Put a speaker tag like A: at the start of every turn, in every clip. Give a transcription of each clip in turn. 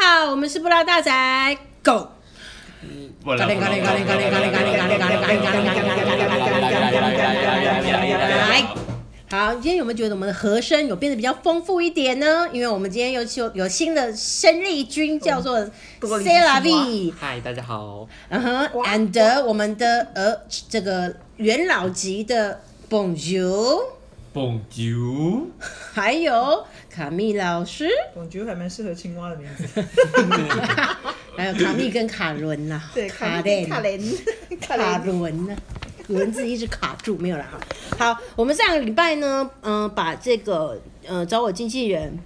A: 好？我们是布拉大宅，Go！
B: 不然
A: 嘎哩嘎哩嘎哩嘎哩嘎哩嘎哩嘎哩嘎哩嘎哩嘎哩嘎哩嘎哩嘎哩嘎哩嘎哩嘎哩来，好，你今天有没有觉得我们的和声有变得比较丰富一点呢？因为我们今天有有有新的生力军，叫做 s e l a v i
C: 嗨，大家好，
A: 嗯哼，and 我们的呃这个元老级的 Bonjour，
B: 蹦啾，
A: 还有卡蜜老师，
D: 我觉得还蛮适合青蛙的名字。
A: 还有卡蜜跟卡伦啦，
D: 对，卡
A: 伦，
D: 卡雷，卡
A: 卡
D: 雷，
A: 轮呢、轮子一直卡住，没有了哈。好，我们上个礼拜呢，嗯、把这个呃找我经纪人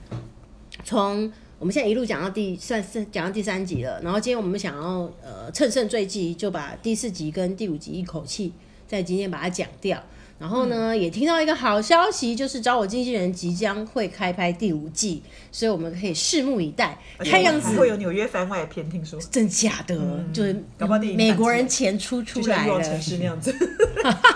A: 从。我们现在一路讲到第算是讲到第三集了，然后今天我们想要呃趁胜追击，就把第四集跟第五集一口气在今天把它讲掉。然后
D: 嗯
A: 呢，也听到一个好消息，就是找我经纪人即将会开拍第五季，所以我们可以拭目以待。看样子
D: 会有纽约番外篇，听说
A: 真假的，就是
D: 搞不好电影
A: 美
D: 版
A: 国
D: 出来
A: 人钱出出
D: 就像
A: 来
D: 欲望
A: 了，
D: 城市那样子。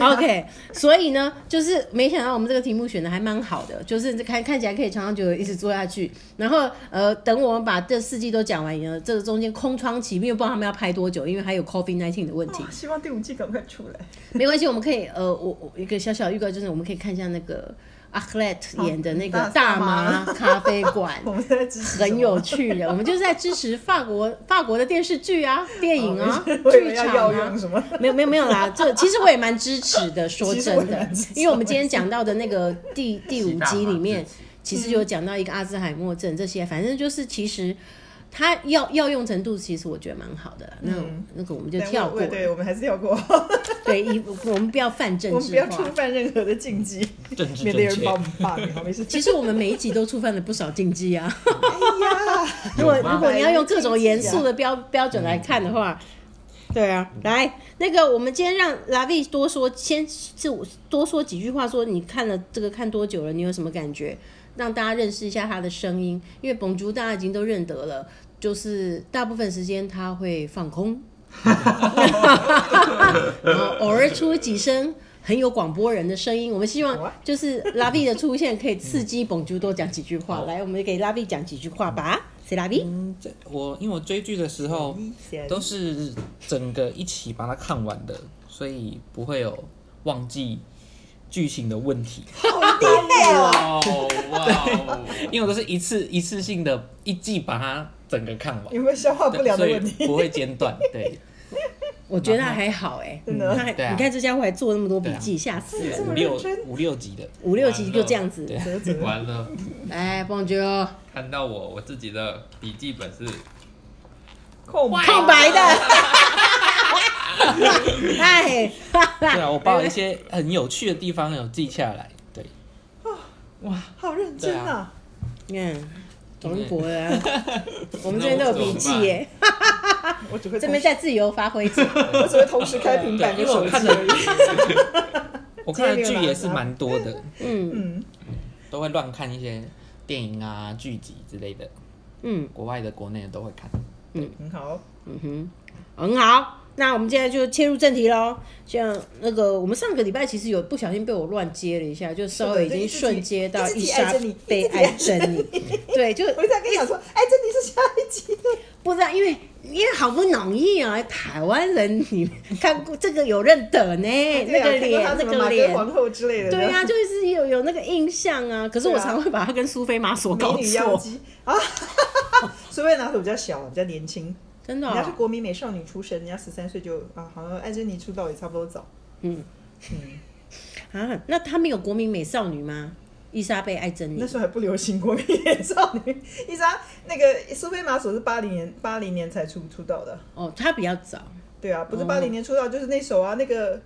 D: 啊
A: OK，所以呢，就是没想到我们这个题目选的还蛮好的，就是看看起来可以长长久久一直做下去。然后呃，等我们把这四季都讲完以后，这个中间空窗期，因为不知道他们要拍多久，因为还有 COVID nineteen 的问题
D: 哇。希望第五季赶快出来。
A: 没关系，我们可以呃，我我一个小小的预告就是我们可以看一下那个阿克莱特演的那个
D: 好
A: 大
D: 大
A: 麻
D: 麻。
A: 咖啡馆
D: 我们在支持什么，
A: 很有趣的，我们就是在支持法国法国的电视剧啊、电影啊、
D: 哦我以
A: 剧
D: 为
A: 场
D: 要
A: 啊。
D: 药用什么？
A: 没有没有没有 啦，这其实我也蛮支持的，说
D: 其实
A: 真
D: 我也
A: 的
D: 蛮支持，
A: 因为我们今天讲到的那个 第第五集里面
B: 吸大麻自己，
A: 其实有讲到一个阿兹海默症这些，反正就是其实它药药用程度其实我觉得蛮好的啦，那那个我 们就
D: 嗯对
A: 跳
D: 我
A: 过，
D: 我 对，我们还是跳过，
A: 对，一我们不要泛
D: 我
A: 政
D: 们不
A: 治
D: 要触
A: 化。
D: 犯任何的禁忌，
C: 政治正
D: 免得有人
C: 确
D: 把我。们罢免。好，没事。
A: 其实我们每一集都触犯了不少禁忌啊。
D: 哎呀，
A: 如果
C: 有吗
A: 如果你要用各种严 肃的标标准来看的话，对啊，来那个我们今天让拉比多说，先是我多说几句话，说你看了这个看多久了，你有什么感觉，让大家认识一下他的声音，因为本竹大家已经都认得了，就是大部分时间他会放空，然后偶尔出几声。很有广播人的声音，我们希望就是拉比的出现可以刺激本竹多讲几句话。来，我们给拉比讲几句话吧。谁拉比？
C: 嗯，这我因为我追剧的时候都是整个一起把它看完的，所以不会有忘记剧情的问题，
B: 哇哦哇哦，
C: 因为我都是一次一次性的一季把它整个看完，
D: 有没有消化不
C: 对
D: 良的
C: 所
D: 问
C: 以
D: 题？
C: 不会间断。对，
A: 我觉得他还好哎、
D: 真的
A: 他还、
C: 对啊啊
A: 你看这家伙还做那么多笔记，吓死人！
C: 五六五六集的，
A: 五六集就这样子，
D: 折折
B: 完了，
A: 来，
C: 哎
A: 棒球
B: 看到我我自己的笔记本是
D: 空白
A: 空白 的，哎，
C: 对啊，我 把一些很有趣的地方有记下来。对，
D: 好认真啊！
A: 你看，嗯中国的、啊，我们这边都有笔记耶、
C: 啊
D: 我只会
A: 这
D: 同
A: 边
D: 时，
A: 在自由发挥 者。
D: 我只会同时开平板
C: 对，因为
D: 跟手
C: 我看
D: 机
C: 的
D: 而已。，
C: 我看的剧也是蛮多的，
A: 嗯
D: 嗯，
C: 都会乱看一些电影啊、剧集之类的，
A: 嗯
C: 国外的、国内的都会看。
D: 很好。
A: 嗯哼，很好。那我们现在就切入正题喽。像那个，我们上个礼拜其实有不小心被我乱接了一下，就稍微已经瞬接到
D: 是的
A: 一
D: 一直提
A: 莎 被爱珍妮，对，就
D: 我就在跟你讲说，哎，这里是下一集的。
A: 不知道，因为因为好不容易啊，台湾人你看过这个有认得呢，
D: 对
A: 那
D: 啊
A: 个脸
D: 看到他
A: 那
D: 什么
A: 个
D: 马
A: 脸
D: 哥，皇后之类的，
A: 对啊，就是有有那个印象啊。可是我
D: 对啊
A: 常会把它跟苏菲玛索搞
D: 美女妖
A: 错，
D: 姬啊， 所以拿手比较小，比较年轻。
A: 真的哦、
D: 人家是国民美少女出身，人家十三岁就啊，好像艾珍妮出道也差不多早。
A: 嗯
D: 嗯
A: 啊。那他们有国民美少女吗？伊莎贝艾珍妮
D: 那时候还不流行国民美少女，伊莎那个苏菲玛索是八零年八零年才出出道的，
A: 哦，她比较早。
D: 对啊，不是
A: 哦
D: 八零年出道，就是那首啊，那个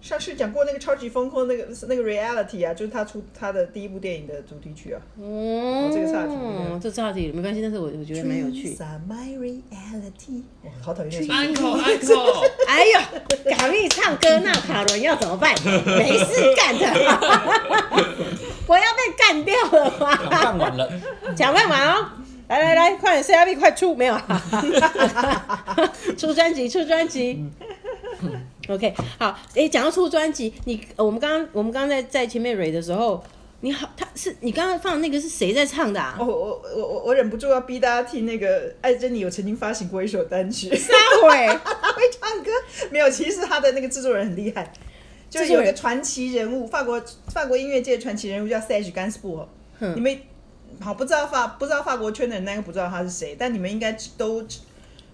D: 上次讲过那个超级风控那个那个 Reality 啊，就是她出她的第一部电影的主题曲啊。
A: 哦，
D: 这个差点对
A: 这差题没关系，但是我我觉得蛮有趣
D: Dreams。are my reality，我好讨厌那首歌。
B: uncle uncle，
A: 哎呦，卡蜜唱歌闹卡伦要怎么办？没事干的， 我要被干掉了
C: 讲
A: 吗？
C: 看完了，
A: 讲办完哦。来来来，快点 C R B，快出没有啊？出专辑，出专辑。OK，好，诶，讲到出专辑，你呃我们刚刚我们刚刚在在前面蕊的时候，你好，他是你刚刚放的那个是谁在唱的啊
D: 哦，？我我我我我忍不住要逼大家听那个艾珍妮有曾经发行过一首单曲，
A: 撒会，
D: 她会唱歌。没有，其实她的那个制作人很厉害，就是有一个传奇人物，法国法国音乐界的传奇人物叫 Serge Gainsbourg。你们好不知道法不知道法国圈的人，那个不知道他是谁，但你们应该都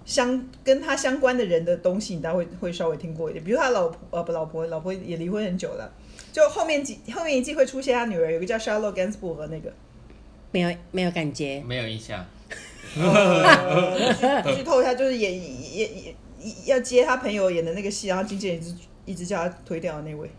D: 相跟他相关的人的东西，你大概会会稍微听过一点。比如他老婆呃不老婆老婆也离婚很久了，就后面几后面一季会出现他女儿，有个叫 Charlotte Gainsbourg 和那个。
A: 没有没有感觉，
B: 没有印象。
D: 呃剧透一下，就是演演演要接他朋友演的那个戏，然后经纪人一直一直叫他推掉的那位。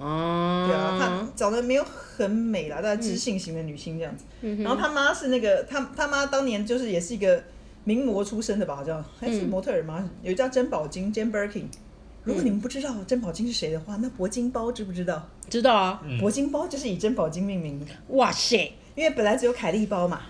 A: 哦，
D: 对啊，她长得没有很美啦，但知性型的女星这样子。然后她妈是那个，她她妈当年就是也是一个名模出身的吧，好像还是模特儿吗？有一叫珍宝金 （Jane Birkin）。如果你们不知道珍宝金是谁的话，那铂金包知不知道？
A: 知道啊，
D: 铂金包就是以珍宝金命名的，
A: 哇塞，
D: 因为本来只有凯利包嘛。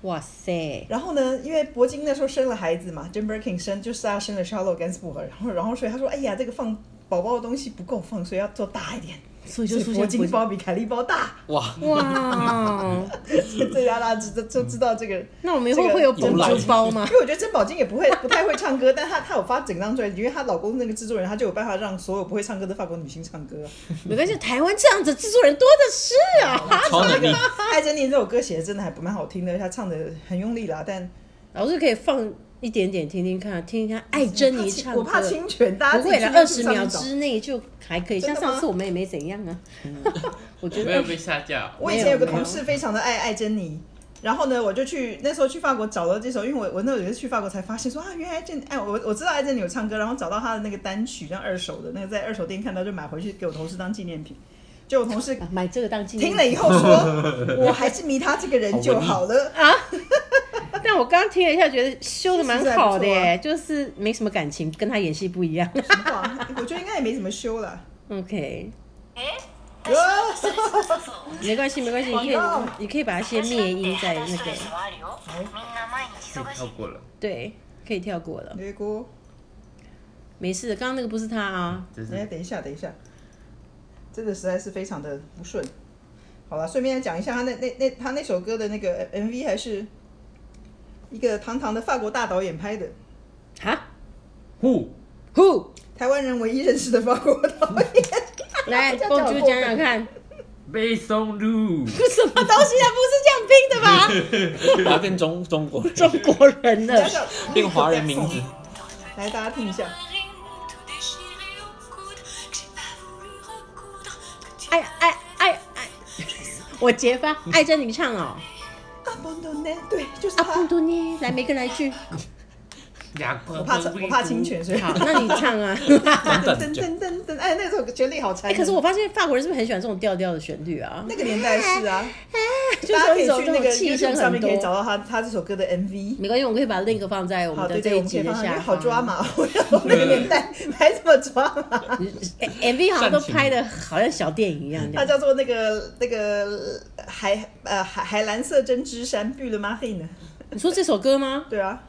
A: 哇塞，
D: 然后呢，因为铂金那时候生了孩子嘛，Jane Birkin 生就是她生了 Charlotte Gainsbourg，然后然后所以她说，哎呀，这个放宝宝的东西不够放，所以要做大一点。
A: 所以就出
D: 铂
A: 现
D: 金包比凯利 包大，
C: 哇，
A: 哇，
D: 这大家知就知道这个。
A: 那我们以后会有
D: 这
A: 补
D: 个
A: 珠包吗
D: 因？为我觉得珍宝金也不会不太会唱歌，但她她有发整张专辑，因为她老公那个制作人，他就有办法让所有不会唱歌的法国女星 唱歌。
A: 没关系，台湾这样子制作人多的是啊。
C: 超能力，
D: 艾珍妮这首歌写的真的还不蛮好听的，她唱的很用力啦，但
A: 老师可以放一点点听听看，听听看艾珍妮唱歌。
D: 我怕侵权，大家
A: 不会
D: 的
A: 了，二十秒之内就还可以。
D: 真
A: 像
D: 的吗
A: 上次我们也没怎 样啊，我觉
B: 没有
A: 得
B: 被下架。
D: 我以前有个同事非常的爱爱珍妮，然后呢，我就去那时候去法国找了这首，因为我我那时候也是去法国才发现说啊，原来艾珍哎我我知道艾珍妮有唱歌，然后找到她的那个单曲，那二手的那个在二手店看到就买回去给我同事当纪念品。就我同事
A: 啊买这个当纪念
D: 听了以后说，我还是迷他这个人就好了。
A: 但我刚刚听了一下，觉得修的蛮好的
D: 其实还
A: 耶，就是没什么感情，跟他演戏不一样。
D: 什么话？我觉得应该也没怎么修了。
A: OK，
E: 哎，但是失礼します
A: 没关系，没关系，你可以
D: 广告，
A: 你可以把它先灭音在那个，
E: みんな毎日忙し
B: 跳
E: い。
B: 过了，
A: 对，可以跳过了，
D: 结果，
A: 没事的。刚刚那个不是他啊，
B: 只
D: 哎，
B: 是
D: 等一下，等一下，真的实在是非常的不顺。好了，顺便讲一下他那那那他那首歌的那个 MV 还是一个堂堂的法国大导演拍的，
A: 哈
B: Who
A: ，Who？
D: 台湾人唯一认识的法国导演。
A: 来，
D: 这样
A: 公
D: 叫我
A: 主
D: 过
A: 讲讲看，
B: b a s o n Lu
A: 不什么东西啊？不是这样拼的吧？
C: 然后变中中国 人，
A: 中国人了
D: 加，上
C: 变华人名字，
D: 来大家听一下。
A: 哎哎哎哎， 我结巴，艾珍妮唱 哦，啊
D: 阿邦多内，对，就是
A: 阿布
D: 他。
A: 多尼，来每个来一 句，
B: 牙关
D: 我怕我怕侵 权，所以
A: 好，那你唱啊。
C: 等等
D: 噔噔
C: 就
D: 噔噔噔，哎，那首旋律好
A: 哎，
D: 缠。
A: 可是我发现法国人是不是很喜欢这种调调的旋律啊？
D: 那个年代是啊，
A: 就
D: 大
A: 是
D: 家可以
A: 一种
D: 去
A: 这
D: 那
A: 种
D: 个
A: 气
D: YouTube
A: 声
D: 上
A: 很
D: 面可以找
A: 多。
D: 到他他这首歌的 MV。
A: 没关系，我们可以把 link 放在我
D: 好，
A: 们的
D: 对
A: 这
D: 对，我
A: 一
D: 们可
A: 集
D: 以
A: 的
D: 放上
A: 下方。
D: 去。好抓嘛！ 我要我那个年代还怎么抓嘛？
A: 哎 MV 好像都拍的好像小电影一样
D: 它
A: 的。
D: 叫做那个那个海呃海海蓝色针织衫 b l u e Marine。
A: 你说这首歌吗？
D: 对啊，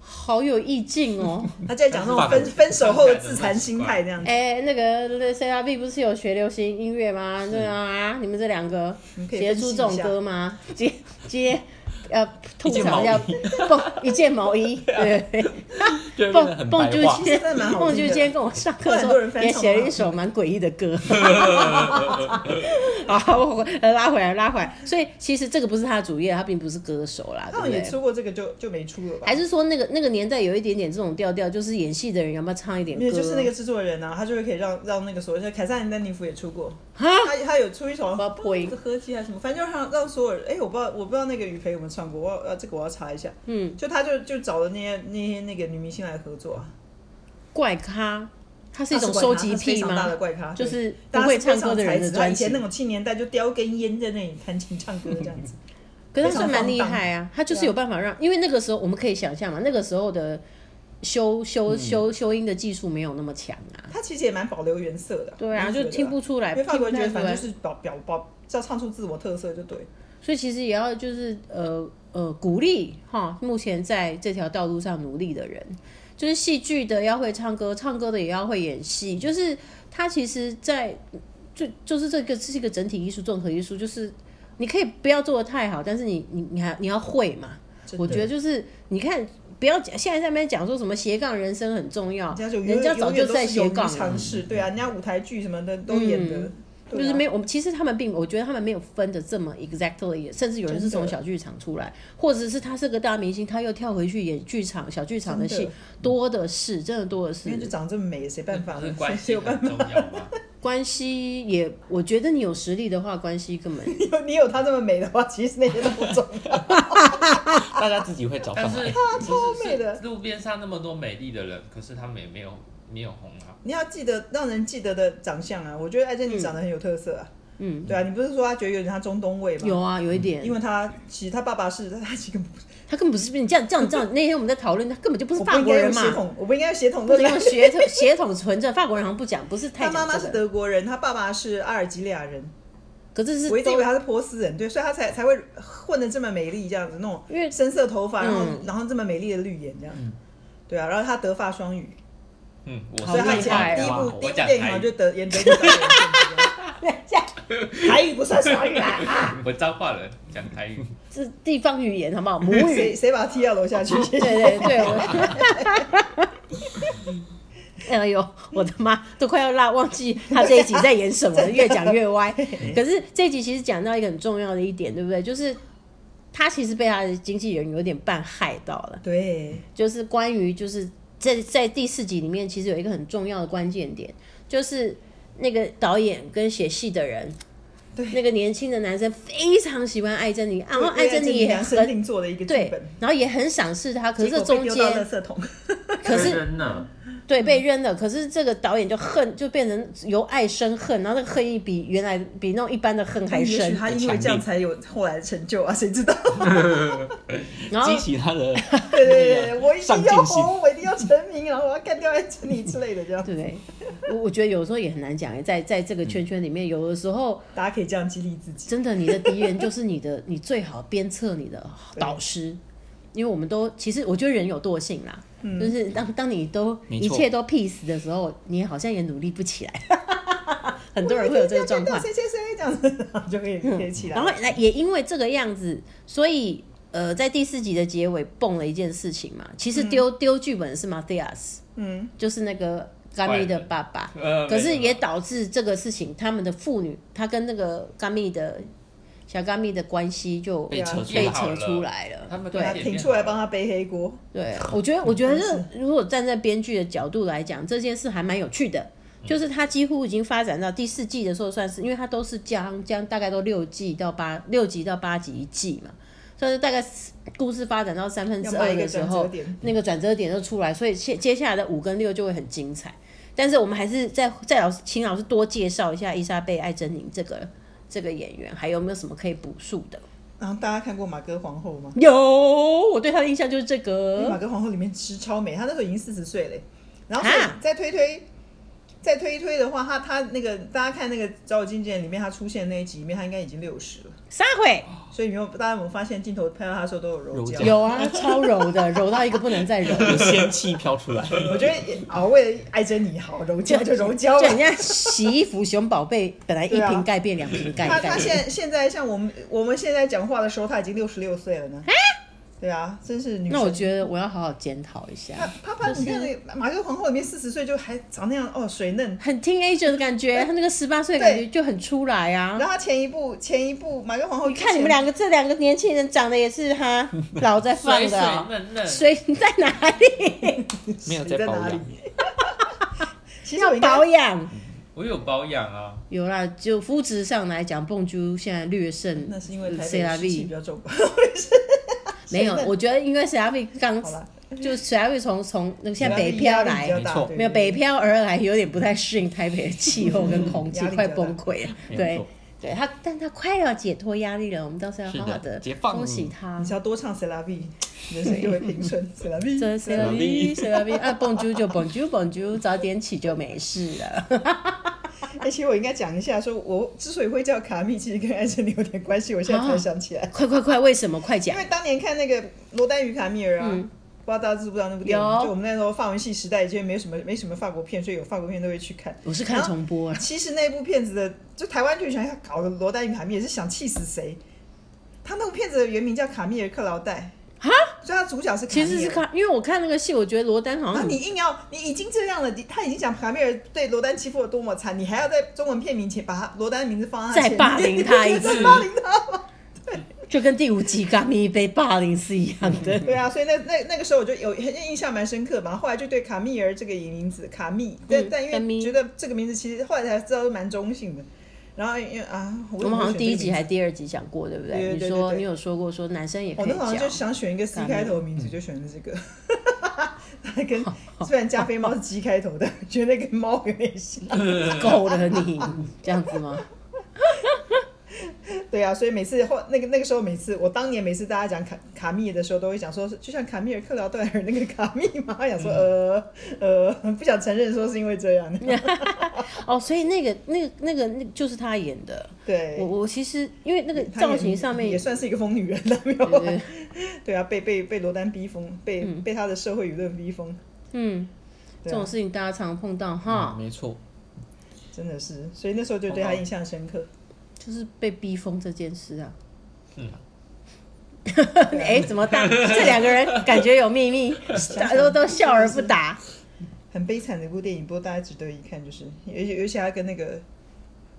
A: 好有意境哦。
D: 他在讲那种分分手后的自残心态这样 子。
A: 哎，那个 C R B 不是有学流行音乐吗？对啊，你们这两个
D: 可以
A: 写
D: 分
A: 出
D: 析
A: 这
D: 一
A: 种
D: 下
A: 歌吗？ 接接。呃，吐
C: 一件
A: 槽
C: 毛
A: 一下，
C: 衣啊
A: 蹦一件毛 衣，对，
C: 就会变得
A: 蹦
C: 很
A: 蹦
C: 白
A: 就
C: 话
A: 今。天
D: 真的蛮好听
A: 蹦
D: 的
A: 就今天跟我上课的时
D: 很多人
A: 候，
D: 翻
A: 也
D: 唱
A: 写了
D: 嘛
A: 一首蛮诡异的 歌。 好，我呃拉回来，拉回来。所以其实这个不是他的主业，他并不是歌手啦，
D: 他
A: 对不
D: 们也
A: 对？
D: 出过这个就就没出了吧
A: 还？是说那个那个年代有一点点这种调调，就是演戏的人有没有唱一点
D: 因
A: 歌？
D: 为就是那个制作人啊，他就会可以让让那个所谓的凯撒琳丹妮夫也出过，
A: 啊，
D: 他他有出一首
A: 我要破音
D: 合集还是什么，反正就让让所有人，哎、我不知道我不知道那个雨培有没有唱过，我要呃这个我要查一下。
A: 嗯，
D: 就他就就找了那些那些那个女明星来合作啊，
A: 怪咖，他是
D: 这
A: 一种收集
D: 非
A: 癖
D: 常大的
A: 吗？
D: 怪咖，
A: 就是不
D: 对
A: 会唱歌的人的
D: 他
A: 专
D: 以
A: 辑
D: 前那，种七年代就叼根烟在那里弹琴唱歌 这样子，
A: 可是他算蛮厉害啊，他就是有办法让，因为那个时候我们可以想象嘛，那个时候的修修修修音的技术没有那么强啊，
D: 他其实也蛮保留原色的。
A: 对啊，
D: 我觉
A: 就
D: 得
A: 听不出来，
D: 因为
A: 听
D: 法国
A: 不
D: 人
A: 太
D: 觉
A: 出
D: 得反正
A: 来
D: 就，是表表表要唱出自我特色就对。
A: 所以其实也要就是呃呃鼓励哈，目前在这条道路上努力的人，就是戏剧的要会唱歌，唱歌的也要会演戏，就是他其实在就就是这个是一个整体艺术、综合艺术，就是你可以不要做的太好，但是你你你还你要会嘛。
D: 真的
A: 我觉得就是你看，不要讲现在在那边讲说什么斜杠人生很重要，
D: 人家就
A: 哦人家早就在斜杠了，嗯
D: 尝试，对啊，人家舞台剧什么的都演的，对
A: 就是
D: 啊
A: 没有，我们其实他们并，我觉得他们没有分的这么 exactly，甚至有人是
D: 真
A: 从
D: 的
A: 小剧场出来，或者是他是个大明星，他又跳回去演剧场、小剧场的
D: 真
A: 戏
D: 的，
A: 多的是，真的多的是
D: 因为。就长这么美，谁办法
B: 可
C: 嗯
B: 是
D: 呢？
B: 关
D: 谁
B: 系
D: 有办
B: 很
D: 法？
B: 重要吧？
A: 关系也，我觉得你有实力的话，关系根 本
D: 有 你有她这么美的话，其实那些都不重要。
C: 大家自己会找
B: 但
C: 上
B: 是
C: 来。
D: 超美的
B: 是是路边上那么多美丽的人，可是他们也没有没有红啊。
D: 你要记得让人记得的长相啊，我觉得艾珍妮长得很有特色啊。
A: 嗯，
D: 对啊，你不是说她觉得有点像中东味吗？
A: 有，啊，有一点，
D: 因为她其实她爸爸是她其实根本不是
A: 他根本不是你这样这样这样。那天我们在讨论，他根本就不是
D: 我
A: 法
D: 不应
A: 国
D: 该
A: 人
D: 用
A: 嘛
D: 血，统，我不应该用血统
A: 不
D: 论
A: 是
D: 来
A: 用血统 血统纯正，法国人好像不讲，不是太讲
D: 他妈妈
A: 这
D: 是
A: 个
D: 德国人，他爸爸是阿尔及利亚人，
A: 可是是
D: 我一直以
A: 都
D: 为他是波斯人，对，所以他才才会混得这么美丽这样子，那种
A: 因为
D: 深色头发，然后、
A: 嗯
D: 然后这么美丽的绿眼这样，对啊，然后他德法双语，
B: 嗯，我
A: 好
D: 所以他以
A: 厉害
D: 前第一
A: 哦
D: 部
B: 我
D: 第一部
B: 讲
D: 电影
B: 台
D: 好像
B: 语
D: 就德演德语导演这样，台语不算双语啊，
B: 我彰化人，讲台语。
A: 是地方语言，好不好？母
D: 谁
A: 语，
D: 谁把他踢到楼下去？
A: 哦对对对，我。 哎呦，我的妈，都快要拉忘记他这一集在演什么了，越讲越 歪。可是这一集其实讲到一个很重要的一点，对不对？就是他其实被他的经纪人有点半害到了。
D: 对，
A: 就是关于就是在在第四集里面，其实有一个很重要的关键点，就是那个导演跟写戏的人，
D: 对
A: 那个年轻的男生非常喜欢艾珍妮，然后艾珍妮也
D: 量身
A: 很
D: 定做的一个剧
A: 对
D: 本，，
A: 然后也很赏识他，可是
D: 结
A: 这
D: 果被
A: 中
D: 丢到垃
A: 间
D: 圾桶，嗯
A: 可是
B: 真的，
A: 对被扔了，可是这个导演就恨，就变成由爱生恨，然后那个恨意比原来比那种一般的恨还
D: 也许
A: 深，
D: 他因为这样才有后来的成就啊，谁知道？
A: 然后
C: 激起他 的
D: 对对对，对我一
C: 上
D: 定要
C: 进心。
D: 红，我一定要成名，然后我要干掉艾珍妮之类的，这样
A: 对不对？我我觉得有时候也很难讲，欸在在这个圈圈里面，有的时候。
D: 大家可以这样激励自己。
A: 真的，你的敌人就是你 的，你最好鞭策你的导师，因为我们都其实我觉得人有惰性啦，
D: 嗯
A: 就是当当你都
C: 没
A: 一
C: 错
A: 切都 peace 的时候，你好像也努力不起来， 很多人会有这个状况。
D: 谁谁谁这样子，然后就可以可以起来。
A: 然后来也因为这个样子，所以呃，在第四集的结尾蹦了一件事情嘛，其
B: 嗯
A: 实丢丢剧本是 Matthias，
D: 嗯，
A: 就是那个 Gami 的爸爸，
B: 呃，
A: 可是
B: 没有
A: 也导致这个事情，他们的妇女，她跟那个 Gami 的小 Gami 的关系就
C: 被扯出来
A: 被扯出来了。
B: 他们
A: 对
B: 关
D: 他
B: 系也
D: 挺
B: 变
D: 出来
B: 好
D: 帮他背黑锅，
A: 对，我觉得我觉得这如果站在编剧的角度来讲，这件事还蛮有趣的。就是他几乎已经发展到第四季的时候，算是因为他都是将将大概都六季到八六集到八集一季嘛，算是大概故事发展到三分
D: 要
A: 之
D: 买
A: 二
D: 一个
A: 的时
D: 转
A: 候
D: 折，点。
A: 那个转折点就出来，所以接接下来的五跟六就会很精彩。但是我们还是再再老师，请老师多介绍一下伊莎贝艾珍妮这个这个演员，还有没有什么可以补述的？
D: 然后大家看过《马哥皇后》吗？
A: 有，我对她的印象就是这
D: 因为《马
A: 个。
D: 哥皇后》里面其实超美，她那时候已经四十岁了，然后所以
A: 啊
D: 再推推。再推一推的话，她她那个大家看那个《找我经纪人》里面，她出现那一集里面，她应该已经六十了。
A: 撒会
D: 所以你有大家有没有发现镜头拍到她的时候都有柔
C: 柔
D: 焦？
C: 焦
A: 有啊，超柔的，柔到一个不能再 柔。
D: 啊
C: 有仙气飘出来，
D: 我觉得也啊，为了爱珍妮好，柔焦就柔焦
A: 就人
D: 了。
A: 家洗衣服熊宝贝本来一
D: 对啊
A: 瓶盖变两瓶盖，
D: 她
A: 盖
D: 她现现在像我们我们现在讲话的时候，她已经六十六岁了呢。对啊，真是女神。
A: 哎那我觉得我要好好检讨一下，
D: 啪啪啪，你看那个马克皇后里面四十岁就还长那样哦，水嫩。
A: 很 teenager 的感觉，他那个十八岁的感觉
D: 对
A: 就很出来啊。
D: 然后她前一部前一部马克皇后之前，
A: 看你们两个这两个年轻人长得也是 哈老在放
B: 水
A: 的
B: 水
A: 哦、
B: 嫩嫩，
A: 水在哪 里？
C: 没有
D: 在
C: 保
D: 哪里
C: 养，？
D: 其实我
A: 要
D: 应该
A: 保养。
B: 我有保养啊。
A: 有啦，就肤质上来讲，蹦珠现在略胜
D: 那是因为台北
A: C
D: 的
A: R
D: 湿气比
A: V。
D: 较 重。
A: 没有
D: 谁，嫩
A: 我觉得因为 C R V 刚
D: 好了，
A: 就 C R V 从从那个现在北漂
D: 漂
A: 来，
C: 没错
A: 没有北漂而来，有点不太适应台北的气候跟空气
D: 压，力比较
A: 快
D: 大
A: 崩溃了。
C: 没
A: 对
C: 错，
A: 对他，但他快要解脱压力了，我们到时候要
C: 是
A: 好好
C: 的
A: 的
C: 解放
A: 恭喜他
D: 你。只要多唱 C 拉 V，人生就会 平顺。C 拉 V，
A: 这 C
D: 谁
A: L
D: 拉
A: V C L V 啊，蹦啾就蹦啾蹦啾，早点起就没事了。
D: 而且哎我应该讲一下，说我之所以会叫卡密，其实跟艾珍妮有点
A: 啊
D: 关系。我现在才想起来，
A: 快快快，为什么？快讲
D: 因！为当年看那个罗丹与卡米尔啊，不知道大家知不知道那部电影？就我们那时候法文系时代，就没有什么没什么法国片，所以有法国片都会去看。
A: 我是看重播啊，
D: 其实那部片子的，就台湾就想要搞罗丹与卡蜜，也是想气死谁。他那部片子的原名叫《卡米尔克劳戴》，
A: 哈，
D: 所以他主角是卡
A: 其
D: 米
A: 实是
D: 尔
A: 看，因为我看那个戏，我觉得罗丹好
D: 然后
A: 像
D: 你硬要，你已经这样了，你他已经讲卡米尔对罗丹欺负有多么惨，你还要在中文片名前把他罗丹的名字放上
A: 再
D: 前面，
A: 霸凌他一
D: 再
A: 次
D: 霸凌他吗？
A: 就跟第五集《嘎咪被霸凌》是一样的。
D: 对啊，所以那那那个时候我就有很印象蛮深刻嘛。后来就对卡密尔这个名字卡密，但、
A: 嗯
D: 但
A: 卡
D: 因为
A: 密
D: 觉得这个名字其实后来才知道是蛮中性的。然后因为啊， 我
A: 我们好像第一集还
D: 还
A: 第二集讲过，对不对？
D: 对对对
A: 你说
D: 对对
A: 你有说过，说男生也可
D: 我
A: 以
D: 那好像就
A: 讲，
D: 想选一个 C
A: 卡密
D: 开头的名 字，就选了这个。它 跟虽然加菲猫是 G 开头的，觉得跟猫有点像。
A: 够了你这样子吗？
D: 对啊，所以每次后那个那个时候，每次我当年每次大家讲卡卡密的时候，都会讲说，就像卡密尔克劳戴尔那个卡密嘛，想说、呃呃，不想承认说是因为这样。
A: 哦，所以那个、那个、那个、那就是他演的。
D: 对，
A: 我我其实因为那个
D: 她
A: 造
D: 也
A: 型上面
D: 也算是一个疯女人了，没
A: 对
D: 有？啊对啊，被被被罗丹逼疯，被、被他的社会舆论逼疯，
A: 嗯，这
D: 对啊
A: 种事情大家常碰到
C: 嗯
A: 哈，
C: 没错，
D: 真的是，所以那时候就对他印象深刻。
A: 就是被逼疯这件事啊。
B: 嗯，
A: 哎，怎么大这两个人感觉有秘密，大都都笑而不答。
D: 很悲惨的一部电影，不过大家值得一看，就是尤其尤其他跟那个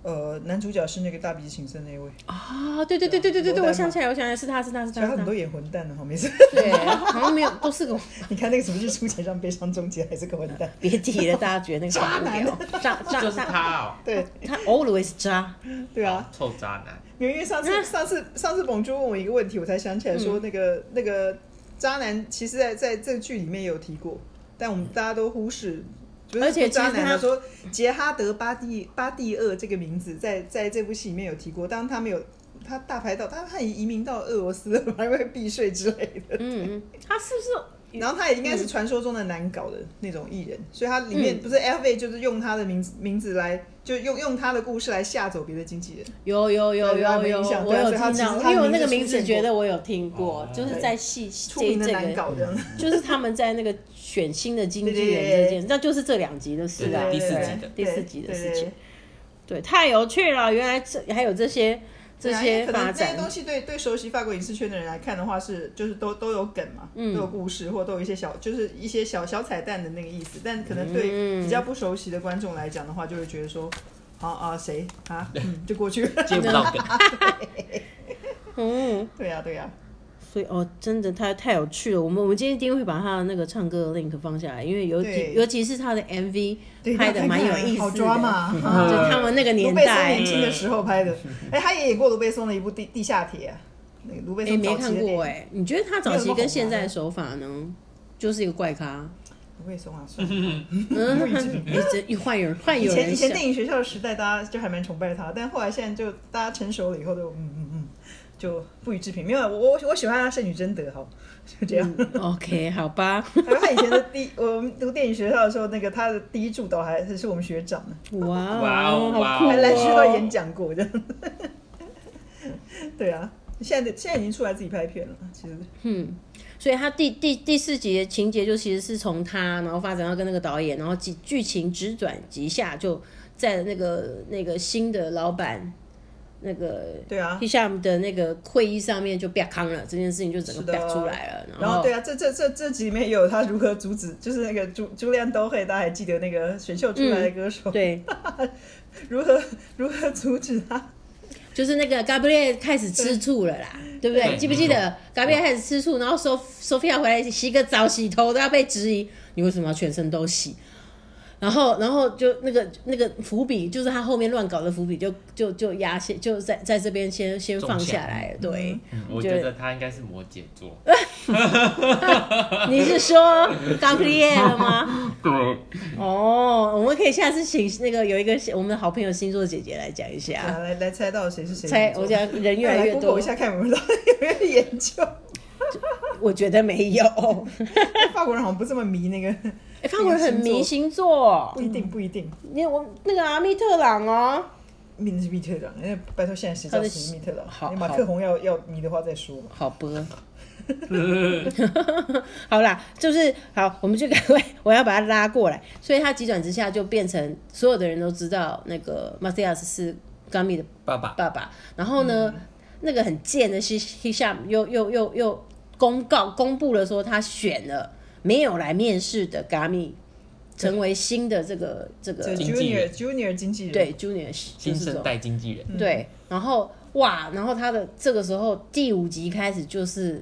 D: 呃男主角是那个大鼻子情圣那位，
A: 啊，对对对对对对对，
D: 罗丹嘛
A: 我想起来，我想起来是他是他是
D: 所以
A: 他
D: 他
A: 是
D: 很多
A: 他，
D: 演混蛋的哈，没事。
A: 对，好像没有都是个
D: 你看那个什么日出前上悲伤终结，还是个混蛋。
A: 别提了，大家觉得那个好无聊，渣渣
B: 就是他哦，
D: 对
A: 他 always 渣，
D: 对啊，
B: 臭渣男，
D: 因为上次上次上次冯珠问我一个问题，我才想起来
A: 嗯
D: 说那个、那个渣男，其实在在这个剧里面也有提过，但我们大家都忽视。就是
A: 而且其实
D: 渣男
A: 他
D: 的说杰哈德巴蒂巴蒂厄这个名字在在这部戏里面有提过，当然他没有他大排到他他已移民到俄罗斯了， 还会避税之类的。
A: 嗯，嗯，嗯他是不是
D: 然后他也应该是传说中的难搞的那种艺人，所以他里
A: 嗯
D: 面不是 F A 就是用他的名字名字来就用用他的故事来吓走别的经纪人。
A: 有有有
D: 对他
A: 有
D: 没
A: 有，
D: 印象
A: 我
D: 对啊
A: 有
D: 所以他
A: 听
D: 其
A: 到，
D: 实
A: 因
D: 他
A: 为我
D: 名
A: 那个
D: 字
A: 名
D: 出
A: 字
D: 现
A: 觉
D: 过哦
A: 得我有听过，就是在戏
D: 出
A: 这
D: 名的难
A: 这个，
D: 搞的，
A: 就是他们在那个选新的经纪人这件，那就是这两集的事啊，
C: 对对对
A: 对
C: 第四集的
A: 第四集的事
D: 对对
A: 情
D: 对，
A: 对，太有趣了，原来这还有这些这
D: 对啊因为
A: 些
D: 可能
A: 发
D: 那些
A: 展，
D: 东西对对熟悉法国影视圈的人来看的话是，就是都都有梗嘛，都有故事，或都有一些小，就是一些小小彩蛋的那个意思。但可能对比较不熟悉的观众来讲的话，就会觉得说，啊啊谁啊，嗯，就过去了。
C: 接不到梗。
A: 嗯，
D: 对呀、对呀、
A: 所以哦，真的太太有趣了。我们我们今天一定会把他的那个唱歌的 link 放下来，因为尤其
D: 对
A: 尤其是他的 MV
D: 对
A: 拍的蛮有意思
D: 好
A: 的，
D: 抓嘛。啊
A: 就他们那个年
D: 卢贝松
A: 代
D: 年。轻的时候拍的，哎，他也演过卢贝松的一部地《地下铁》啊，那个卢贝
A: 哎、
D: 松
A: 没
D: 早期
A: 看
D: 的电影。
A: 过哎、你觉得他早期跟
D: 啊
A: 现在的手法呢，就是一个怪 咖，
D: 卢贝松啊，算了
A: 嗯， 一直一换有人换
D: 以
A: 有
D: 前
A: 人
D: 以前
A: 想，
D: 电影学校的时代，大家就还蛮崇拜他，但后来现在就大家成熟了以后就，嗯嗯嗯，就不予置评。没有，我我我喜欢他圣女 贞德，好，就这样。
A: 嗯 OK，好 吧，
D: 还有他以前的第，我们读电影学校的时候，那个他的第一助导还是我们学长呢，
A: 哇哦，
B: 哇哦
A: 好
B: 哇哦
A: 酷、哦，
D: 还来学校演讲过这样。 对啊，现在的现在已经出来自己拍片了，其实
A: 嗯，所以他第第第四集的情节就其实是从他，然后发展到跟那个导演，然后剧剧情直转直下，就在那个那个新的老板那个
D: 对啊。
A: 地下的那个会议上面就啪康了，这件事情就整
D: 是
A: 个
D: 的
A: 啪出来了，
D: 然后对啊，这这这这集里面也有他如何阻止，就是那个朱朱利安都会，大家还记得那个选秀出来的歌手，
A: 嗯对，
D: 如何如何阻止他？
A: 就是那个 Gabriel 开始吃醋了啦，对不对？
B: 对
A: 你记不记得 Gabriel 开始吃醋，然后 Sof Sophia 回来洗个澡、洗头都要被质疑，你为什么要全身都洗？然后，然后就那个那个伏笔，就是他后面乱搞的伏笔就，就就压线，就在在这边先先放下来了。对，
B: 嗯我觉得他应该是摩羯座，
A: 你是说 Gabriel 吗？
C: 对，
A: 哦，我们可以下次请那个有一个我们的好朋友星座姐姐来讲一
D: 啊，
A: 下。
D: 来来猜到谁是谁？
A: 猜，我讲人越来越
D: g o
A: 多
D: 一，下看有没有 有没有研究。
A: 我觉得没有。
D: 法国人好像不这么迷 那个，
A: 哎，法国人很迷星座，
D: 不一定不一定。
A: 你看我那个阿啊密特朗哦，
D: 密是密特朗，哎，拜托现在谁知道谁是密特朗？
A: 好
D: 你马克宏要要迷的话再说吧。
A: 好吧， 好啦，就是好，我们就赶快，我要把它拉过来。所以他急转直下就变成所有的人都知道那个 Matthias 是 Gummy 的
C: 爸 爸
A: 爸爸。然后呢，那个很贱的 H Hisham 又又又又公告公布了说他选了没有来面试的 Gummy 成为新的这个这个
D: 这
C: 经纪
D: junior
C: 人
D: junior 经纪人，
A: 对 Junior 就
C: 新
A: 是这
C: 生
A: 种
C: 代经纪
D: 嗯
C: 人，
A: 对，然后哇，然后他的这个时候第五集开始就是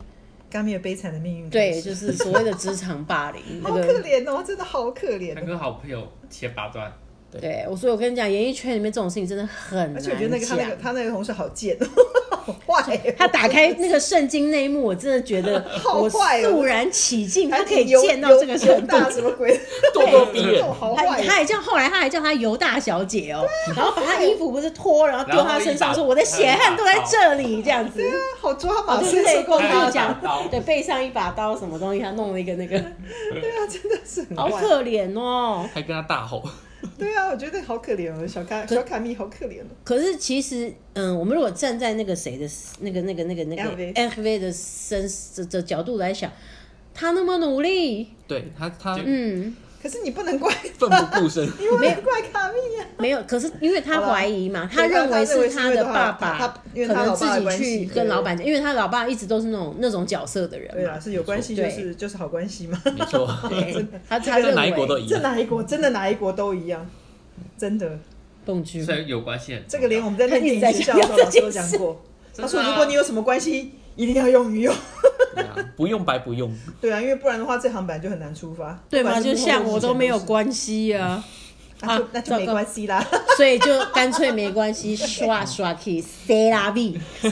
D: 刚没有悲惨的命运开
A: 对，
D: 始，
A: 就是所谓的职场霸凌 那
D: 好可
A: 个。
D: 怜哦，真的好可怜
B: 他
D: 哦。
B: 跟好朋友切八段，
A: 对，我所以我跟你讲，演艺圈里面这种事情真的很难
D: 而且我觉得那个他那个
A: 讲
D: 他那个同事好贱哦， 好坏哦，
A: 他打开那个圣经那一幕，我真的觉得
D: 好
A: 我
D: 坏哦
A: 肃然起敬，他
D: 还
A: 可以
D: 犹
A: 见到这个
D: 犹
A: 程度
D: 犹。大什么鬼？
C: 咄咄逼人
D: 哦好
A: 他
D: 坏啊
A: 他
D: 哦。
A: 还叫后来他还叫她尤大小姐哦，然后把她衣服不是脱，然后丢
B: 然后
A: 她
B: 一
A: 身上，
B: 把
A: 说我的血汗都在
B: 一把
A: 这里，这样子。
D: 好抓
A: 哦
D: 马，
A: 对对
D: 是
A: 对，
D: 过
A: 我
B: 还
A: 跟
B: 有
A: 你
B: 一把
A: 讲
B: 刀，
A: 对，背上一把刀什么东西，他弄了一个那个，
D: 对啊，真的是很
A: 好
D: 坏
A: 可怜哦。
C: 还跟他大吼，
D: 对啊，我觉得好可怜哦，小卡小卡蜜好可怜哦。
A: 可是其实，嗯，我们如果站在那个谁的那个那个那个那个
D: LV
A: F V 的身的的角度来想，他那么努力，
C: 对他他
B: 就
A: 嗯，
D: 可是你不能 怪，
C: 奋不顾身，
D: 你不能怪卡蜜啊。
A: 没有，可是因为他
D: 好吧
A: 怀疑嘛，
D: 对
A: 认
D: 他
A: 为
D: 他认为是
A: 他
D: 因为
A: 的
D: 他
A: 爸爸
D: 他他因为
A: 可
D: 他
A: 能
D: 老爸
A: 自
D: 的
A: 己
D: 关
A: 去
D: 系
A: 跟
D: 对
A: 老板讲，因为他老爸一直都是那种那种角色的人
D: 对啊，
A: 嘛，
D: 是有关系，就是就是好关系嘛。
C: 没 错，
A: 对，他他
C: 在
A: 认
C: 哪一国都
A: 为
C: 一
D: 这
C: 样。
D: 哪一国真的哪一国都一样，真的。
A: 蹦居
B: 所以有关系很重要。
D: 这个连我们在练电
A: 他
D: 影
A: 一直
D: 学
A: 在
D: 校
A: 强
D: 的
A: 调这
D: 时候老师
A: 件
D: 都讲
A: 事
D: 过，他
B: 真的
D: 说
B: 啊
D: 如果你有什么关系，一定要 用于用。
C: 对啊，不用白不用，
D: 对啊，因为不然的话，这行本来就很难出发。
A: 对
D: 不
A: 嘛，
D: 然
A: 就是
D: 幕后
A: 像我
D: 之前
A: 都没有
D: 是，
A: 关系 啊，
D: 那就
A: 啊
D: 那就没
A: 糟糕
D: 关系 啦。
A: 所以就干脆没关系，刷刷 key C 拉 B。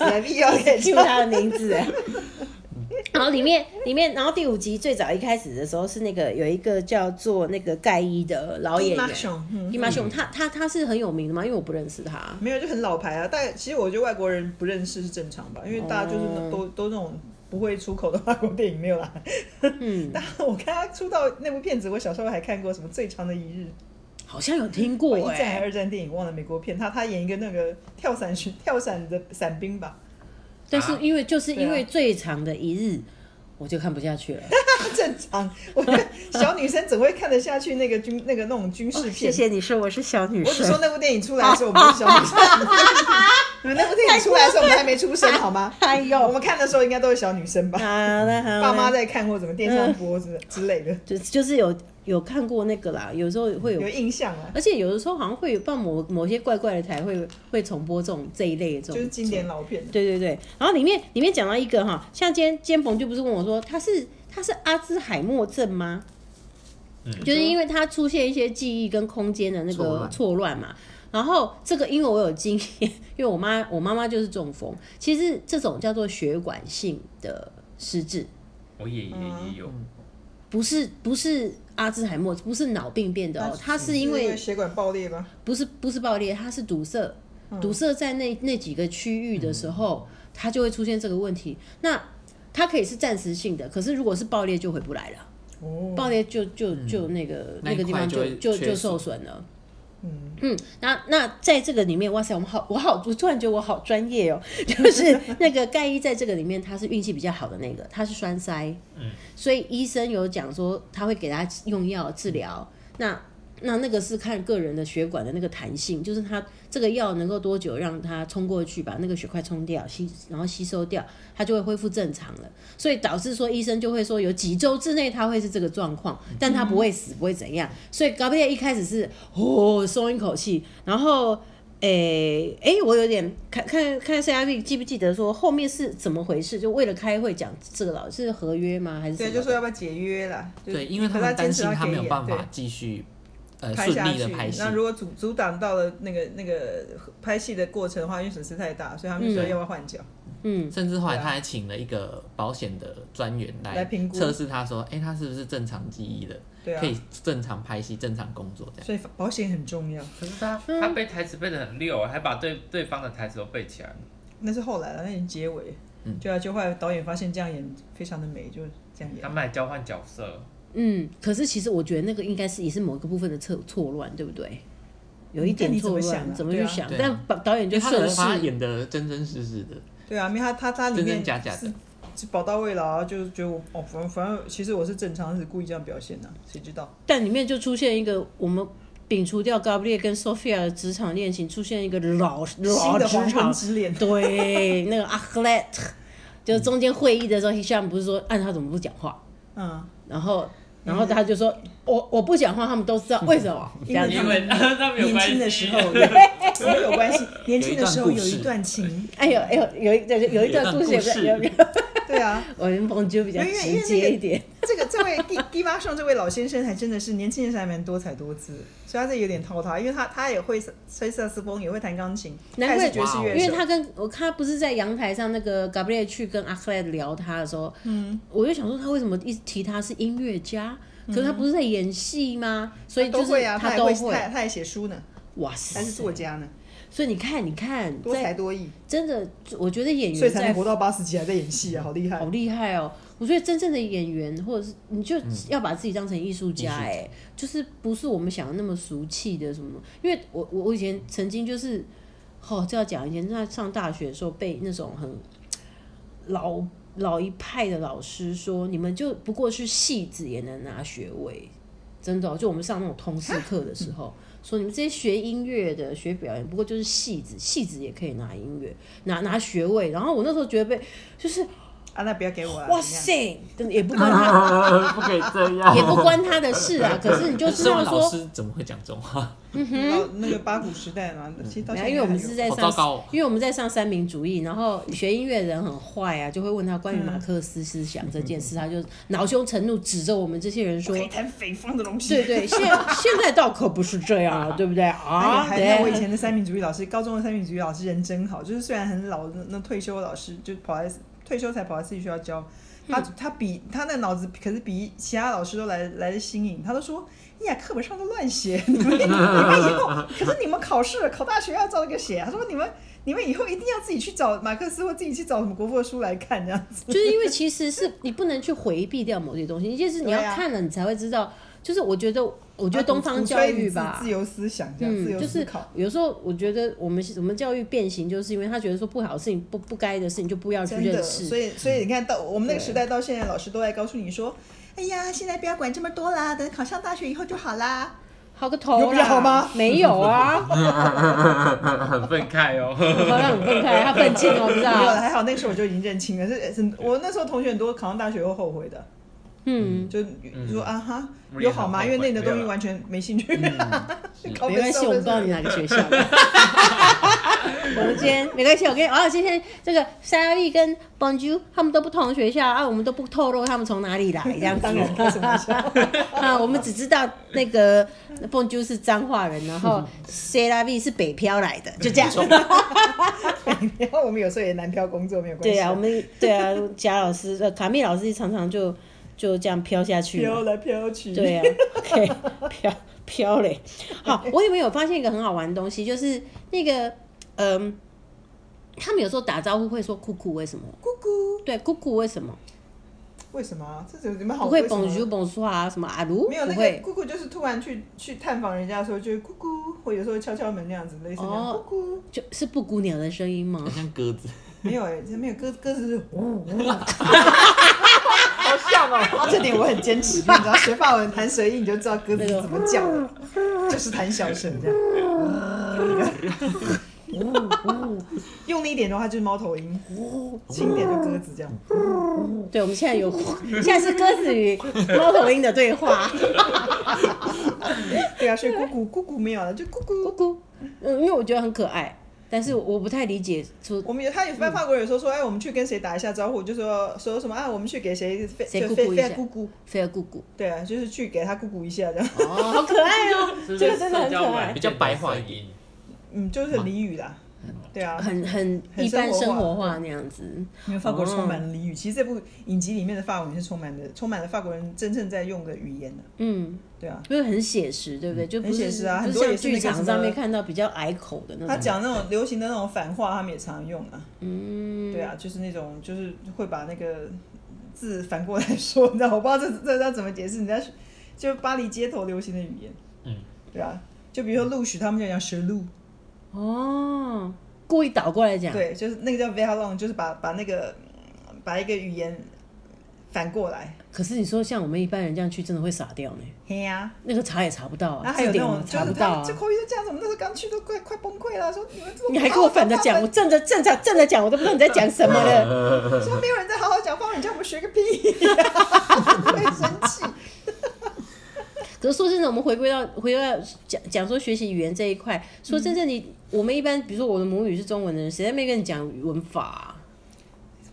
D: 来必要给
A: 记住他的名字。哎然后里面里面，然后第五集最早一开始的时候是那个有一个叫做那个盖伊的老演员
D: Hima Xiong，嗯
A: 伊玛熊，他他他是很有名的吗？因为我不认识他。
D: 没有就很老牌啊。但其实我觉得外国人不认识是正常吧，因为大家就是
A: 哦
D: 都都那种不会出口的外国电影没有啦。
A: 嗯，
D: 但我看他出道那部片子，我小时候还看过什么《最长的一日》。
A: 好像有听
D: 我
A: 过
D: 一战还
A: 哎、
D: 二战电影忘了美国片，他他演一个那个跳伞去 跳伞的伞兵吧，
A: 但是因为就是因为
D: 对啊
A: 最长的一日，我就看不下 去了。
D: 正常。我觉得小女生怎么会看得下去那个军 那个那种军事片？
A: 哦谢谢你说我是小女
D: 我只说
A: 生，
D: 那部电影出来的时候，我们是小女 生。 你们那部电影出来的时候，我们还没出生，好吗？
A: 哎呦
D: 我们看的时候应该都是小女生吧？
A: 啊，那好，
D: 爸妈在看或怎么电商播之之类的，
A: 就就是有有看过那个啦，有时候会有
D: 有印象啊，
A: 而且有的时候好像会有，不知道某某些怪怪的台会会重播这种这一类的这种，
D: 就是经典老片。
A: 对对对。然后里面里面讲到一个哈，像今天今天鹏就不是问我说他是他是阿兹海默症吗？
B: 嗯
A: 就是因为他出现一些记忆跟空间的那
C: 错
A: 个
C: 乱
A: 错乱嘛。然后这个因为我有经验， 因为我妈我妈妈就是中风，其实这种叫做血管性的失智，
B: 我也也也有，
A: 不是不是阿兹海默，不是脑病变的哦，它是因为
D: 血管爆裂吧？
A: 不是不是爆裂，它是堵塞，堵塞在那那几个区域的时候，它就会出现这个问题。那它可以是暂时性的，可是如果是爆裂就回不来了，
D: 哦，
A: 爆裂就就就那个、
C: 嗯那一
A: 那个地
C: 块
A: 方
C: 就
A: 就
C: 会
A: 就
C: 缺
A: 就
C: 损
A: 受损了。嗯嗯，那那在这个里面，哇塞，我们好，我好，我突然觉得我好专业哦。 就是那个盖伊在这个里面，他是运气比较好的那个，他是栓塞，
B: 嗯，
A: 所以医生有讲说他会给他用药治疗。那那那个是看个人的血管的那个弹性，就是他这个药能够多久让它冲过去，把那个血块冲掉，吸然后吸收掉，它就会恢复正常了。所以导致说医生就会说有几周之内他会是这个状况，但他不会死，不会怎样。所以 g a b r i e 一开始是哦松一口气，然后诶诶、我有点看看看 CIB 记不记得说后面是怎么回事？就为了开会讲这个老是合约吗？还是什么
D: 对，
A: 的？
D: 就说要不要解约啦？就
C: 对，因为他
D: 可
C: 们
D: 是
C: 担
D: 坚持
C: 心
D: 要
C: 他
D: 给
C: 没有
D: 演
C: 办法
D: 对
C: 继续呃
D: 拍
C: 顺
D: 下
C: 利的
D: 去
C: 拍。戏
D: 那，如果阻阻挡到了那个那个拍戏的过程的话，因为损失太大，所以他们就说要不要换角？
A: 嗯，
C: 甚至后来
D: 对啊
C: 他还请了一个保险的专员
D: 来
C: 来
D: 评估
C: 测试，他说，哎，他是不是正常记忆的，
D: 对啊
C: 可，以正常拍戏、正常工作这样。
D: 所以保险很重要。
B: 可是他他背台词背的很溜，哦还把对对方的台词都背起来。
D: 那是后来了，那已经结尾。
C: 嗯
D: 对啊，就后来导演发现这样演非常的美，就这样
B: 他
D: 演。
B: 们还交换角色，
A: 嗯，可是其实我觉得那个应该是也是某一个部分的错错乱，对不对？有一点
D: 你
A: 错
D: 怎么
A: 乱，
D: 想啊
A: 怎么
D: 对
A: 去
D: 啊
A: 想？
C: 对啊
A: 但导导演
C: 因
A: 就
C: 为他
A: 顺
C: 能
A: 势
C: 把他演的真真实实的，
D: 对啊，因为他他他里
C: 真
D: 面
C: 真假假
D: 是
C: 的，
D: 就宝刀未老啊，就是觉得我哦，反反正其实我是正常，是故意这样表现的、谁知道？
A: 但里面就出现一个我们摒除掉 Gabriel 跟 Sophia 的职场恋情，出现一个老
D: 新
A: 老
D: 的
A: 啊职
D: 黄昏
A: 场，
D: 之恋，
A: 对，那个 Ahlet，就是中间会议的时候 Hisham 不是说按他怎么不讲话，
D: 嗯，
A: 然后然后他就说我我不讲话，他们都知道为什么，这样子
D: 因
B: 因为那没有
D: 年
B: 关系。
D: 轻的时 候也有关系，年轻的时候有一段情，
A: 哎呦哎呦，有一有有一段故事，有个有有，
D: 对啊，
A: 我们彭就比较
D: 因为因
A: 直
D: 为那
A: 接
D: 个
A: 一点，
D: 这个这位地地方上这位老先生还真的是年轻的时候还蛮多才多姿，所以他这有点套他，因为他他也会吹萨克斯风，也会弹钢琴，他
A: 难
D: 也
A: 怪
D: 是爵士乐
A: 因
D: 手，
A: 为他跟我看他不是在阳台上那个 Gabriel 去跟阿克莱聊他的时候，嗯，我就想说他为什么一直提他是音乐家，可是他不是在演戏吗？所以
D: 嗯他
A: 就
D: 都
A: 是
D: 会啊，他
A: 他
D: 也
A: 都
D: 会
A: 会
D: 他，他也写书呢，
A: 哇
D: 他
A: 塞！
D: 是作家呢，
A: 所以你看，你看，
D: 多才
A: 在
D: 多艺，
A: 真的，我觉得演
D: 所以
A: 员
D: 才能
A: 在
D: 活到八十几还在演戏啊，好厉害
A: 好！厉害哦！我觉得真正的演员，或者是你就要把自己当成嗯艺术家、哎、就是不是我们想的那么俗气的什么？因为我我我以前曾经就是，哦，这要讲以前在上大学的时候被那种很老老一派的老师说，你们就不过是戏子也能拿学位，真的哦、就我们上那种通识课的时 候。说你们这些学音乐的、学表演，不过就是戏子，戏子也可以拿音乐、拿拿学位。然后我那时候觉得被，就是
D: 啊，那不要给我啊，
A: 哇
D: 怎么样，
A: 塞，真的也不关他，
C: 不可以这 样
A: 也不关他的事啊。可是你就知
C: 身
A: 道
C: 为老
A: 说，
C: 师怎么会讲这种话？
D: 老那个八股时代嘛，其实
A: 嗯
D: 到
A: 没有
D: 现在
A: 因为我们
D: 还有
A: 是在
C: 好
A: 上
C: 糟糕哦，
A: 因为我们在上三民主义，然后学音乐的人很坏啊，就会问他关于马克思思想这件事，他就恼羞成怒，指着我们这些人说
D: 可以。谈匪方的东西，
A: 对对，现现在倒可不是这样了，对不对
D: 啊，
A: 啊？
D: 还那我以
A: 对，
D: 前的三民主义老师，高中的三民主义老师人真好，就是虽然很老，那那退休的老师就跑来退休才跑来自己学校教。他
A: 嗯
D: 他比他那脑子可是比其他老师都来来的新颖，他都说：“哎呀，课本上都乱写， 你们你们以后可是你们考试考大学要照这个写。”他说：“你们你们以后一定要自己去找马克思或自己去找什么国父的书来看这样子。
A: 就是因为其实是你不能去回避掉某些东西，一件事你要
D: 对啊
A: 看了，你才会知道。就是我觉得，我”觉
D: 我
A: 得东方教育吧，
D: 自由思想这样，自
A: 嗯，
D: 由
A: 就
D: 思
A: 是
D: 考。
A: 有时候我觉得我们我们教育变形，就是因为他觉得说不好的事情、不不该的事情就不要去
D: 真的，
A: 认识嗯
D: 所。以所以你看到我们那个时代到现在，老师都在告诉你说，哎呀，现在不要管这么多啦，等考上大学以后就好啦。
A: 好个头啦！
D: 有比较好吗
A: 没有啊，
B: 很愤慨哦。
A: 好让你分开，他愤青哦，我知
D: 没 有
A: 道。
D: 了，还好那个时候我就已经认清了，是是，我那时候同学很多考上大学后后悔的，
A: 嗯，
D: 就说啊哈，
B: 我也
D: 有好吗？
B: 很后悔
D: 因为那里的东
B: 没
D: 西
B: 有啦嗯
D: 完全没兴趣。 考
A: 没
D: 本
A: 关系，
D: 上
A: 我们不知道你哪个学 校的。我们今天没关系，我跟你哦，今天这个 Sally 跟 Bonju 他们都不同学校啊，我们都不透露他们从哪里来，这样 子。
D: 当然开什么玩笑？
A: 啊，我们只知道那个 Bonju 是彰化人，然 后 Sally 是北漂来的，就这样。
D: 然后我们有时候也南漂工作没有关系。
A: 对啊，我们对啊， 贾老师呃，卡密老师常常就就这样飘下去
D: 飘
A: 嘛。
D: 来飘去。
A: 对啊，OK，飘飘嘞。好，我有没有发现一个很好玩的东西？就是那个嗯，他们有时候打招呼会说“酷酷”，为什么？
D: 咕咕，
A: 对，“酷酷”为什么？
D: 为什么啊？这怎么你们好
A: 不会
D: 为什么
A: “bonjour”、“bonjour” 啊，什么啊？如
D: 没有
A: 不
D: 那个
A: 会。
D: 姑姑，就是突然去去探访人家的时候，就是姑姑，或有时候敲敲门那样子，类似那样
A: 哦
D: 姑姑。
A: 就是布谷鸟的声音 吗
C: 很？像鸽子，
D: 没有哎，没有鸽鸽子是呜 呜。
C: 好像哦。
D: 这点我很坚持，你知道学法文弹舌音你就知道鸽子怎么叫了，就是弹小声这样。用力一点的话就是猫头鹰，轻一点的鸽子这样。
A: 对，我们现在有，现在是鸽子与猫头鹰的对 话。
D: 对啊，所以姑姑姑姑没有了，就姑
A: 咕
D: 姑。
A: 咕，嗯，因为我觉得很可爱，但是我不太理解说
D: 我们有他有法法国人有时候说，哎，我们去跟谁打一下招呼，就说说什么啊，我们去给谁飞
A: 谁
D: 就
A: 咕咕
D: 飞
A: 一
D: 飞
A: 下
D: 姑姑，
A: 菲尔姑姑。
D: 对啊，就是去给他姑姑一下这样。
A: 哦，好可爱哦，
B: 这
A: 这个
B: 是
A: 真的很
B: 社交
A: 可爱
B: 软件的
C: 比较白话一
B: 声音，
D: 嗯，就是很俚语啦，对啊，
A: 很很
D: 很
A: 一般
D: 生
A: 生
D: 活
A: 活
D: 化
A: 化那样子。
D: 因为法国充
A: 哦
D: 满了俚语。其实这部影集里面的法文是充满了充满了法国人真正在用的语言的，
A: 嗯，
D: 对啊。
A: 就是很写实，对不对？就不
D: 很写
A: 是
D: 实啊
A: 不
D: 很
A: 是
D: 多也
A: 像
D: 是那
A: 剧
D: 个什
A: 场
D: 么
A: 上面看到比较矮口的
D: 他
A: 那种。
D: 讲那种流行的那种反话，他们也常用啊，
A: 嗯，
D: 对啊，就是那种就是会把那个字反过来说，你知道，我不知道这这要怎么解释，人家是就是巴黎街头流行的语言，
B: 嗯，
D: 对啊，就比如说陆许他们就讲 s h
A: 哦，故意倒过来讲。
D: 对，就是那个叫 v e r l o n g 就是把把那个嗯把一个语言反过来。
A: 可是你说像我们一般人这样去，真的会傻掉呢。
D: 嘿呀、
A: 那个查也查不到啊，
D: 然后还
A: 字
D: 有那
A: 典我
D: 种，
A: 查
D: 就
A: 不
D: 是
A: 到
D: 他
A: 啊
D: 这。口语都这样，我们那时候刚去都快快崩溃了，说你们这么
A: 你还跟我反着讲，我正着正着正着讲，我都不知道你在讲什么了。
D: 说没有人在好好讲方你叫我们学个屁， 会生气。
A: 可是说真的，我们回归到回归到讲讲说学习语言这一块，说真
D: 嗯
A: 正你我们一般，比如说我的母语是中文的人，谁在那边跟你讲文法啊、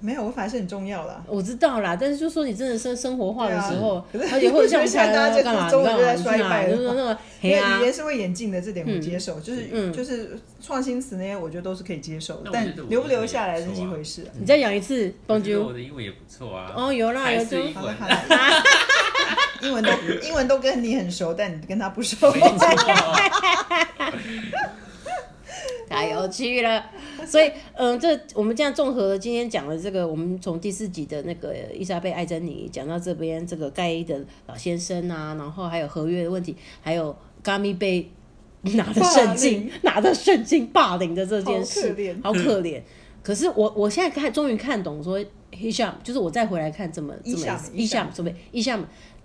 D: 没有，我反而是很重要啦。
A: 我知道啦，但是就说你真的生生活化的时候，
D: 对啊
A: 而且或者像我们
D: 现在大家
A: 台湾干嘛，
D: 就
A: 你
D: 中文
A: 干嘛，
D: 就在
A: 你
D: 衰
A: 去哪
D: 败
A: 里，
D: 了
A: 就是说那 个
D: 因
A: 黑
D: 为
A: 啊
D: 语，言是会演进的，这点我接受，就是、
A: 嗯
D: 就是创新词那些，我觉得都是可以接受的
B: 那，我
D: 但
B: 觉得我
D: 留不留下来
B: 也不
D: 是
B: 错
D: 一
B: 啊
D: 回事、啊。
A: 你再讲一次
B: 我
A: ，Bonjour，
B: 觉得我的英文也不错啊。
A: 哦有啦
B: 还
A: 有
B: 是
A: 就
B: 英
D: 好了
B: 文。
D: 好了， 英文都英文都跟你很熟，但你跟他不熟。
B: 没错，
A: 太有趣了。所以，嗯，这我们这样综合了今天讲的这个，我们从第四集的那个伊莎贝·艾珍妮讲到这边，这个盖伊的老先生啊，然后还有合约的问题，还有嘎咪被拿的圣经
D: 霸
A: 拿的圣经霸凌的这件
D: 好
A: 事
D: 可怜，
A: 好可怜。可是我我现在看终于看懂说 Hisham，就是我再回来看这么这么
D: Isham，
A: 一
D: Isham
A: Hisham 什么 Hisham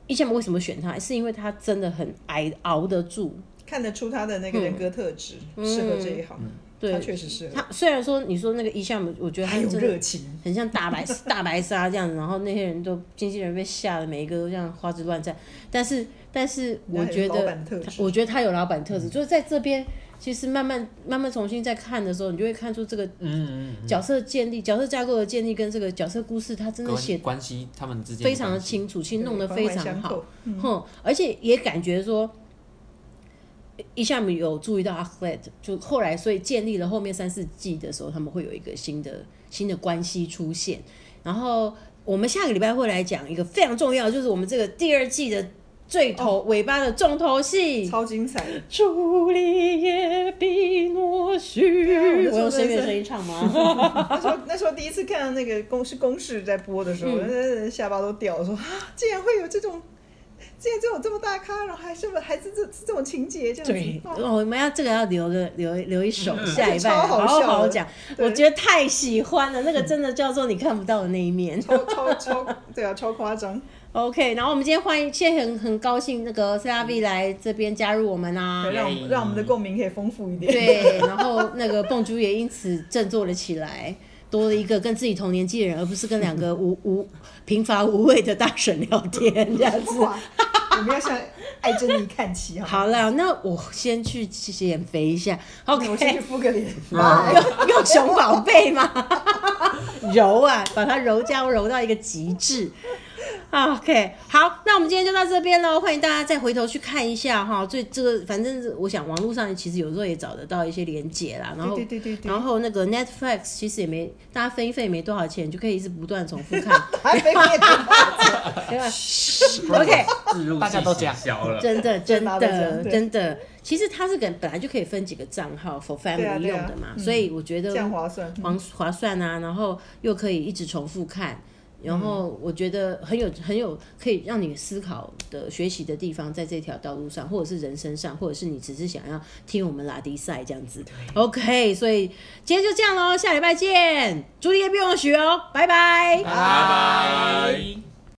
A: Hisham 为什么选他，是因为他真的很挨熬得住，
D: 看得出他的那个人格特质，适合这一行，
A: 嗯对
D: 他确实适合。
A: 他虽然说你说那个一项，我觉得他
D: 还有
A: 真
D: 热
A: 的
D: 情，
A: 很像大 白大白鲨这样子，然后那些人都经纪人被吓得每一个都这样花枝乱颤，但是但是我觉
D: 老
A: 得
D: 板特质嗯
A: 他，我觉得他有老板特质，就是在这边其实慢慢慢慢重新再看的时候，你就会看出这个
C: 嗯嗯嗯，
A: 角色建立、角色架构的建立跟这个角色故事，他真的
C: 关
A: 写
C: 系关系他们之间
A: 非常的
C: 关系
A: 清楚，其实弄得
D: 对
A: 非
D: 环环
A: 常
D: 相
A: 好
D: 扣。
A: 哼，而且也感觉说，一下面有注意到 a h l e t 就后来所以建立了后面三四季的时候，他们会有一个新的新的关系出现。然后我们下个礼拜会来讲一个非常重要，就是我们这个第二季的最头、
D: 哦
A: 尾巴的重头戏。
D: 超精彩 的。
A: 朱丽叶·比诺
D: 对
A: 须，
D: 啊
A: 我用
D: 我那时候
A: 声乐
D: 真的是
A: 声音唱吗？
D: 那时候那时候第一次看到那个公是公式在播的时候，我真
A: 嗯
D: 的下巴都掉了，说啊，竟然会有这种，竟然这种这么大咖，然后还是还是这这种情节这样子，
A: 对，
D: 哇
A: 哦我们要这个要留个留留一手，下一半
D: 超
A: 好
D: 好
A: 好
D: 笑的
A: 讲。
D: 对
A: 我觉得太喜欢了，那个真的叫做你看不到的那一面。
D: 超超超，对啊，超夸张，
A: OK，然后我们今天欢迎，现在很很高兴那个 C R V 来这边加入我们啊
D: 对，。让我们让我们的共鸣可以丰富一点。
A: 对，然后那个蹦珠也因此振作了起来，多了一个跟自己同年纪的人，而不是跟两个无无平凡无味的大婶聊天这样子。
D: 哇，我们要向艾珍妮看齐好吗
A: 好了，那我先去减肥一下。OK，
D: 嗯我先去敷个脸，哎
A: 用 用熊宝贝吗？ 揉啊，把它揉胶揉到一个极致。OK，好，那我们今天就到这边喽，欢迎大家再回头去看一下哈。最这个，反正是我想网络上其实有时候也找得到一些连结啦，然后
D: 对对对对对
A: 然后那个 Netflix 其实也没大家分一分也没多少钱，你就可以一直不断重复 看。
D: 还没面
A: 对吧 OK，
B: 置入
C: 大家都这样
B: 性行销了，
A: 真的，真
D: 拿着这
A: 的，
D: 样对
A: 真的，其实它是本本来就可以分几个账号 for
D: 对
A: family
D: 啊
A: 用
D: 对啊
A: 的嘛，所以我觉得
D: 这样划算。嗯
A: 划划算啊，然后又可以一直重复看，然后我觉得很有很有可以让你思考的学习的地方，在这条道路上，或者是人生上，或者是你只是想要听我们拉迪赛这样子。OK，所以今天就这样喽，下礼拜见，朱丽叶不用学哦，拜拜
C: 拜拜。